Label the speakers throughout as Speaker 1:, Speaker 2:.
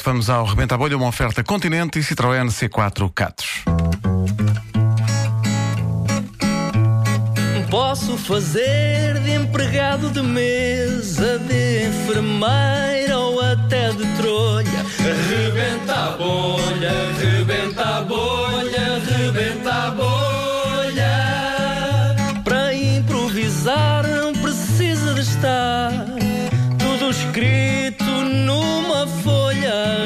Speaker 1: Vamos ao Rebenta a Bolha, uma oferta Continente e Citroën C4 Catos.
Speaker 2: Posso fazer de empregado de mesa, de enfermeira ou até de trolha.
Speaker 3: Rebenta a bolha, rebenta a bolha, rebenta a bolha.
Speaker 2: Para improvisar não precisa de estar tudo escrito numa folha.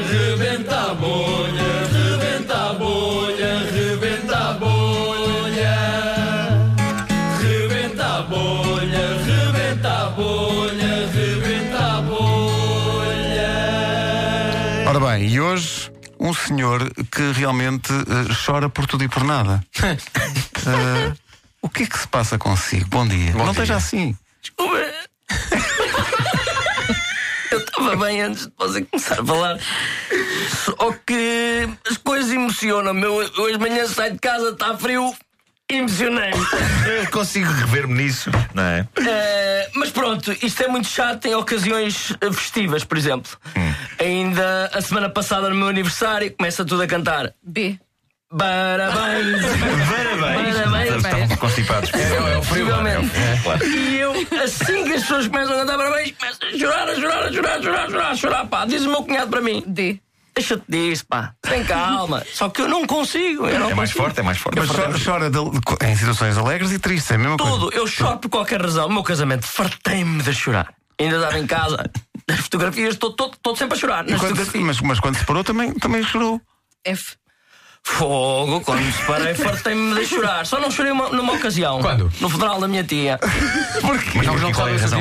Speaker 3: Rebenta a bolha, rebenta a bolha, rebenta a bolha. Rebenta a bolha, rebenta a bolha, rebenta a bolha.
Speaker 1: Ora bem, e hoje um senhor que realmente eh, chora por tudo e por nada. Eh, o que é que se passa consigo? Bom dia. Não
Speaker 4: dia.
Speaker 1: esteja assim.
Speaker 4: Desculpa. Eu estava bem antes de você começar a falar. Só que as coisas emocionam-me. Eu eu hoje de manhã saio de casa, está frio, emocionei-me.
Speaker 5: Eu consigo rever-me nisso, não é?
Speaker 4: Eh, mas pronto, isto é muito chato em ocasiões eh, festivas, por exemplo. Ainda a semana passada, no meu aniversário, começa tudo a cantar.
Speaker 6: B.
Speaker 4: Parabéns!
Speaker 5: Parabéns!
Speaker 4: Parabéns.
Speaker 5: Estão constipados.
Speaker 4: é o frio, mano, é o frio.
Speaker 5: É, claro.
Speaker 4: E eu, assim que as pessoas começam a cantar parabéns, começo a chorar, a chorar, a chorar, a chorar, a chorar, a chorar, pá. Diz o meu cunhado para mim:
Speaker 6: D.
Speaker 4: deixa-te disso, pá, tem calma. Só que eu não consigo, eu não
Speaker 5: É mais
Speaker 4: consigo.
Speaker 5: forte, é mais forte.
Speaker 1: Mas chora, chora de- em situações alegres e tristes, é a mesma coisa.
Speaker 4: Tudo, eu choro por qualquer razão. O meu casamento, fartei-me de chorar. Ainda estava em casa, nas fotografias, estou todo, todo sempre a chorar.
Speaker 1: E
Speaker 4: Nas
Speaker 1: quando-
Speaker 4: fotografias.
Speaker 1: mas, mas quando se parou também, também chorou.
Speaker 6: F.
Speaker 4: Fogo, quando me separei, fartei-me de chorar. Só não chorei uma- numa ocasião.
Speaker 3: Quando?
Speaker 4: No funeral da minha tia.
Speaker 5: Mas não, não qual é a razão?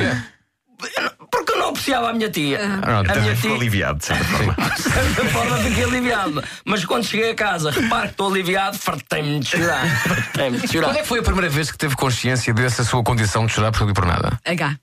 Speaker 4: Porque eu não apreciava a minha tia. a minha
Speaker 5: Também
Speaker 4: tia.
Speaker 5: eh, fico aliviado, de certa forma.
Speaker 4: De certa forma fiquei aliviado. Mas quando cheguei a casa, reparo que estou aliviado, fartei-me de chorar. Fartei-me de chorar.
Speaker 7: Quando é que foi a primeira vez que teve consciência dessa sua condição de chorar por tudo e por nada?
Speaker 6: H.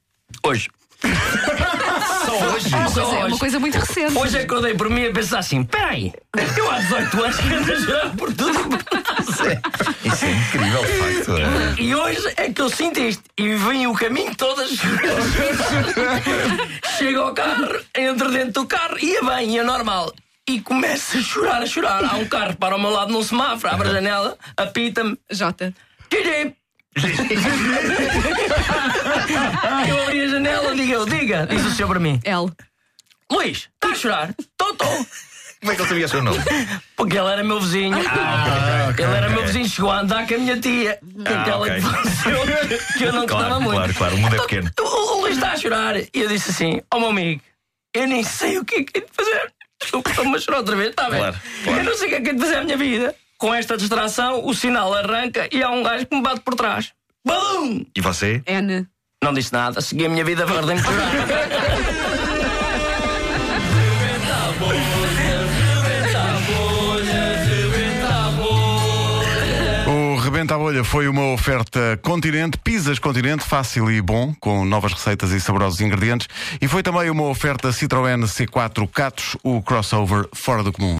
Speaker 4: Hoje. Só hoje?
Speaker 6: Uma
Speaker 4: Só
Speaker 6: coisa, é
Speaker 4: hoje.
Speaker 6: uma coisa muito recente.
Speaker 4: Hoje é que eu dei por mim a pensar assim: peraí, eu há 18 anos que ando a chorar por tudo e por nada.
Speaker 5: Isso é incrível, de facto. é.
Speaker 4: E hoje é que eu sinto isto. E vem o caminho todo a chorar. Chego ao carro, entro dentro do carro, ia bem, ia normal. E começo a chorar, a chorar. Há um carro para o meu lado num semáforo, abre a janela, apita-me.
Speaker 6: J.
Speaker 4: Gigi! eu abri a janela, diga eu, diga, diz o senhor para mim.
Speaker 6: L.
Speaker 4: Luís, está a chorar? Tô, tô.
Speaker 5: Como é que ele sabia o seu nome?
Speaker 4: Porque ele era meu vizinho.
Speaker 6: Ah.
Speaker 5: Ah,
Speaker 4: ele era meu vizinho, chegou a andar com a minha tia. aquela
Speaker 5: ok.
Speaker 4: que faleceu, que eu não gostava
Speaker 5: Claro,
Speaker 4: muito.
Speaker 5: claro, claro, o mundo é
Speaker 4: Então,
Speaker 5: pequeno.
Speaker 4: O, o Luís está a chorar. E eu disse assim: Ó meu amigo, eu nem sei o que é que é de fazer. Desculpa, Estou-me a chorar outra vez, está bem?
Speaker 5: Claro, claro.
Speaker 4: Eu não sei o que é que é de fazer a minha vida. Com esta distração, o sinal arranca e há um gajo que me bate por trás. Balum!
Speaker 5: E você?
Speaker 6: N.
Speaker 4: Não disse nada, segui a minha vida verde me chorar.
Speaker 1: O Rebenta a Bolha foi uma oferta Continente, pizzas Continente, fácil e bom, com novas receitas e saborosos ingredientes. E foi também uma oferta Citroën C4 Catos, o crossover fora do comum.